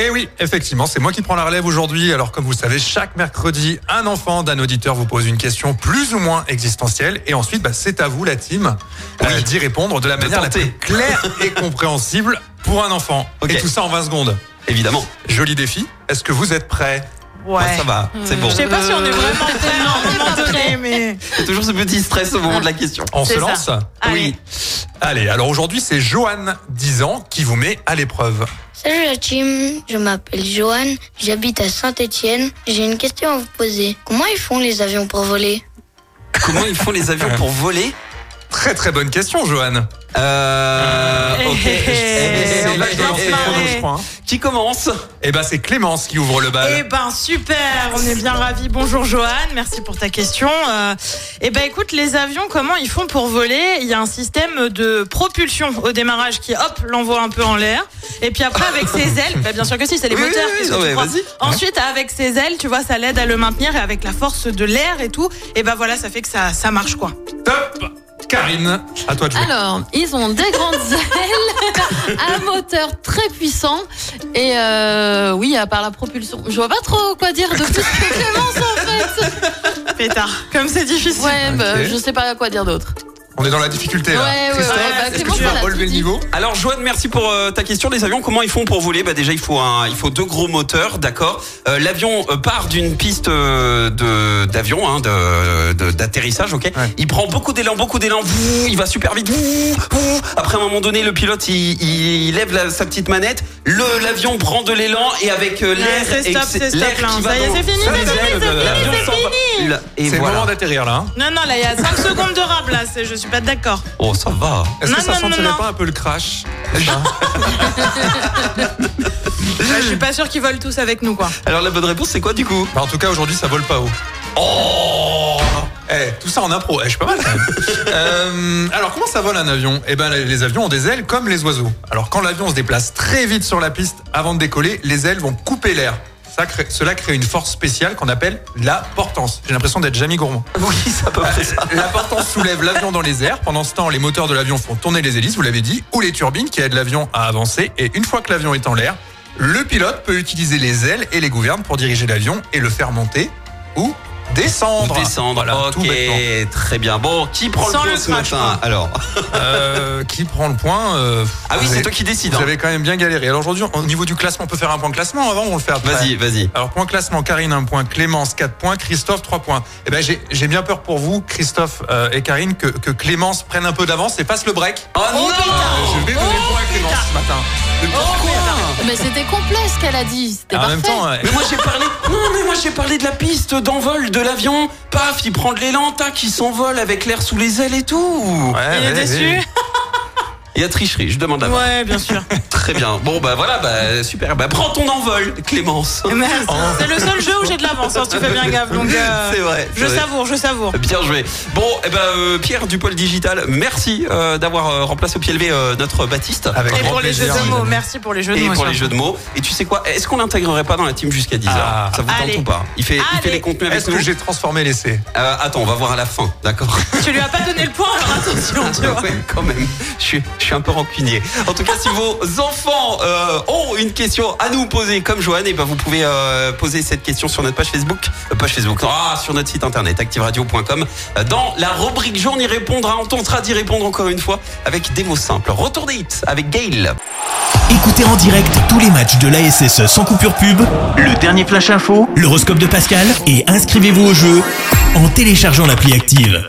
Eh oui, effectivement, c'est moi qui prends la relève aujourd'hui. Alors, comme vous le savez, chaque mercredi, un enfant d'un auditeur vous pose une question plus ou moins existentielle. Et ensuite, bah, c'est à vous, la team, euh, d'y répondre de la manière la tenter. plus claire et compréhensible pour un enfant. Ok. Et tout ça en 20 secondes. Évidemment. Joli défi. Est-ce que vous êtes prêts Moi, Ouais. ça va, c'est bon. Je sais pas si on est vraiment prêt à un moment donné, mais. Il y a toujours ce petit stress au moment de la question. On se C'est ça. Ah lance Allez. Allez, alors aujourd'hui, c'est Johan, 10 ans, qui vous met à l'épreuve. Salut la team, je m'appelle Johan, j'habite à Saint-Étienne. J'ai une question à vous poser. Comment ils font les avions pour voler Comment ils font les avions pour voler Très très bonne question, Johan. Euh. Ok. Eh, Eh, on eh, va eh, devoir eh, se marrer. eh, Qui commence hein. Eh ben, c'est Clémence qui ouvre le bal. Eh ben super, on est bien ravis. Bonjour Johan, merci pour ta question. Euh, eh ben écoute, les avions, comment ils font pour voler Il y a un système de propulsion au démarrage qui, hop, l'envoie un peu en l'air. Et puis après, avec ses ailes, bah, bien sûr que si, c'est les Oui, moteurs. oui, qu'est-ce oui, que tu non, crois mais vas-y. Ensuite, avec ses ailes, tu vois, ça l'aide à le maintenir et avec la force de l'air et tout, et ben voilà, ça fait que ça, ça marche quoi. Top Karine, à toi de jouer. Alors, ils ont des grandes ailes, un moteur très puissant et euh, oui, à part la propulsion, je vois pas trop quoi dire de plus que Clémence en fait. Pétard, comme c'est difficile. Ouais, bah, Ok. je sais pas quoi dire d'autre. On est dans la difficulté là. Ouais, ouais, Christophe, ouais, bah, est-ce que Clémence, tu vas elle a relever tout le dit. niveau Alors Joanne, merci pour euh, ta question. Les avions, comment ils font pour voler Bah déjà, il faut un, il faut deux gros moteurs, d'accord. Euh, L'avion euh, part d'une piste euh, de d'avion, hein, de- de- d'atterrissage, ok. Il prend beaucoup d'élan, beaucoup d'élan. Vroom, Il va super vite. Vroom, vroom. Après à un moment donné, le pilote il, il lève la- sa petite manette. Le l'avion prend de l'élan et avec euh, Ouais, l'air c'est et stop, que c'est- c'est stop, l'air là. qui va Ça y est, dans- c'est fini, dans les c'est fini, ailes, c'est l'avion fini, c'est s'en va. Et C'est le moment voilà. d'atterrir là. hein. Non, non, là, il y a 5 secondes de rap, là, c'est- je suis pas d'accord. Oh ça va. Est-ce que Non, ça non, non, sentirait non. pas un peu le crash Ouais, je suis pas sûr qu'ils volent tous avec nous, quoi. Alors la bonne réponse c'est quoi du coup Bah, En tout cas, aujourd'hui, ça vole pas haut. Oh Eh, tout ça en impro, Eh, je suis pas mal quand même. Euh, alors, comment ça vole un avion Eh ben, les- les avions ont des ailes comme les oiseaux. Alors, quand l'avion se déplace très vite sur la piste avant de décoller, les ailes vont couper l'air. Ça crée- cela crée une force spéciale qu'on appelle la portance. J'ai l'impression d'être Jamie Gourmand. Oui, c'est à peu près ça. La portance soulève l'avion dans les airs. Pendant ce temps, les moteurs de l'avion font tourner les hélices, vous l'avez dit, ou les turbines qui aident l'avion à avancer. Et une fois que l'avion est en l'air, le pilote peut utiliser les ailes et les gouvernes pour diriger l'avion et le faire monter ou descendre. Ou descendre. Voilà, tout bêtement. ok, très bien. Bon, qui prend Sans le le point ce crash, matin Alors, Euh, qui prend le point euh, ah oui, vous c'est avez- toi qui décides. Vous hein. avez quand même bien galéré. Alors aujourd'hui, au niveau du classement, on peut faire un point de classement avant, on le fait après. Vas-y, vas-y. Alors, point classement, Karine, 1 point, Clémence, 4 points, Christophe, 3 points. Eh ben, j'ai j'ai bien peur pour vous, Christophe euh, et Karine, que, que Clémence prenne un peu d'avance et passe le break. Ah, Oh, non Oh, Je vais donner le point à Clémence ce matin. Pourquoi Mais c'était complet ce qu'elle a dit, c'était en parfait. même temps, euh, Mais moi j'ai parlé. Non, mais moi j'ai parlé de la piste d'envol de l'avion. Paf, il prend de l'élan, tac, il s'envole avec l'air sous les ailes et tout. ouais, Il ouais, est déçu ouais. Il y a tricherie, je demande la main. Ouais, bien sûr. Très bien. Bon, bah voilà, bah super. Bah prends ton envol, Clémence. Merci. Oh, C'est le seul jeu où j'ai de l'avance, hein, Eh ben, tu fais bien gaffe. Donc, euh, Oh. C'est vrai. c'est je vrai. savoure, je savoure. Bien joué. Bon, eh ben, euh, Pierre du pôle digital, merci euh, d'avoir euh, remplacé au pied levé euh, notre Baptiste. Avec Et grand pour les jeux plaisir. de mots, merci pour les jeux de Et mots. pour les surtout. jeux de mots. Et tu sais quoi Est-ce qu'on l'intégrerait pas dans la team jusqu'à 10h Ah. Ça vous tente Allez. ou pas il fait, il fait Allez. les contenus avec Est-ce nous. que j'ai transformé l'essai Euh, attends, on va voir à la fin, d'accord Tu lui as pas donné le point, alors attention, tu vois. Ouais, Quand même, je suis, je suis un peu rancunier. En tout cas, si vos enfants euh, ont une question à nous poser, comme Johan, et ben vous pouvez euh, poser cette question sur notre page Facebook, euh, page Facebook, non, ah, sur notre site internet activeradio.com. Euh, Dans la rubrique jaune, on y répondra, on tentera d'y répondre encore une fois avec des mots simples. Retour des hits avec Gail. Écoutez en direct tous les matchs de l'ASSE sans coupure pub, Le dernier flash info l'horoscope de Pascal et inscrivez-vous au jeu en téléchargeant l'appli active.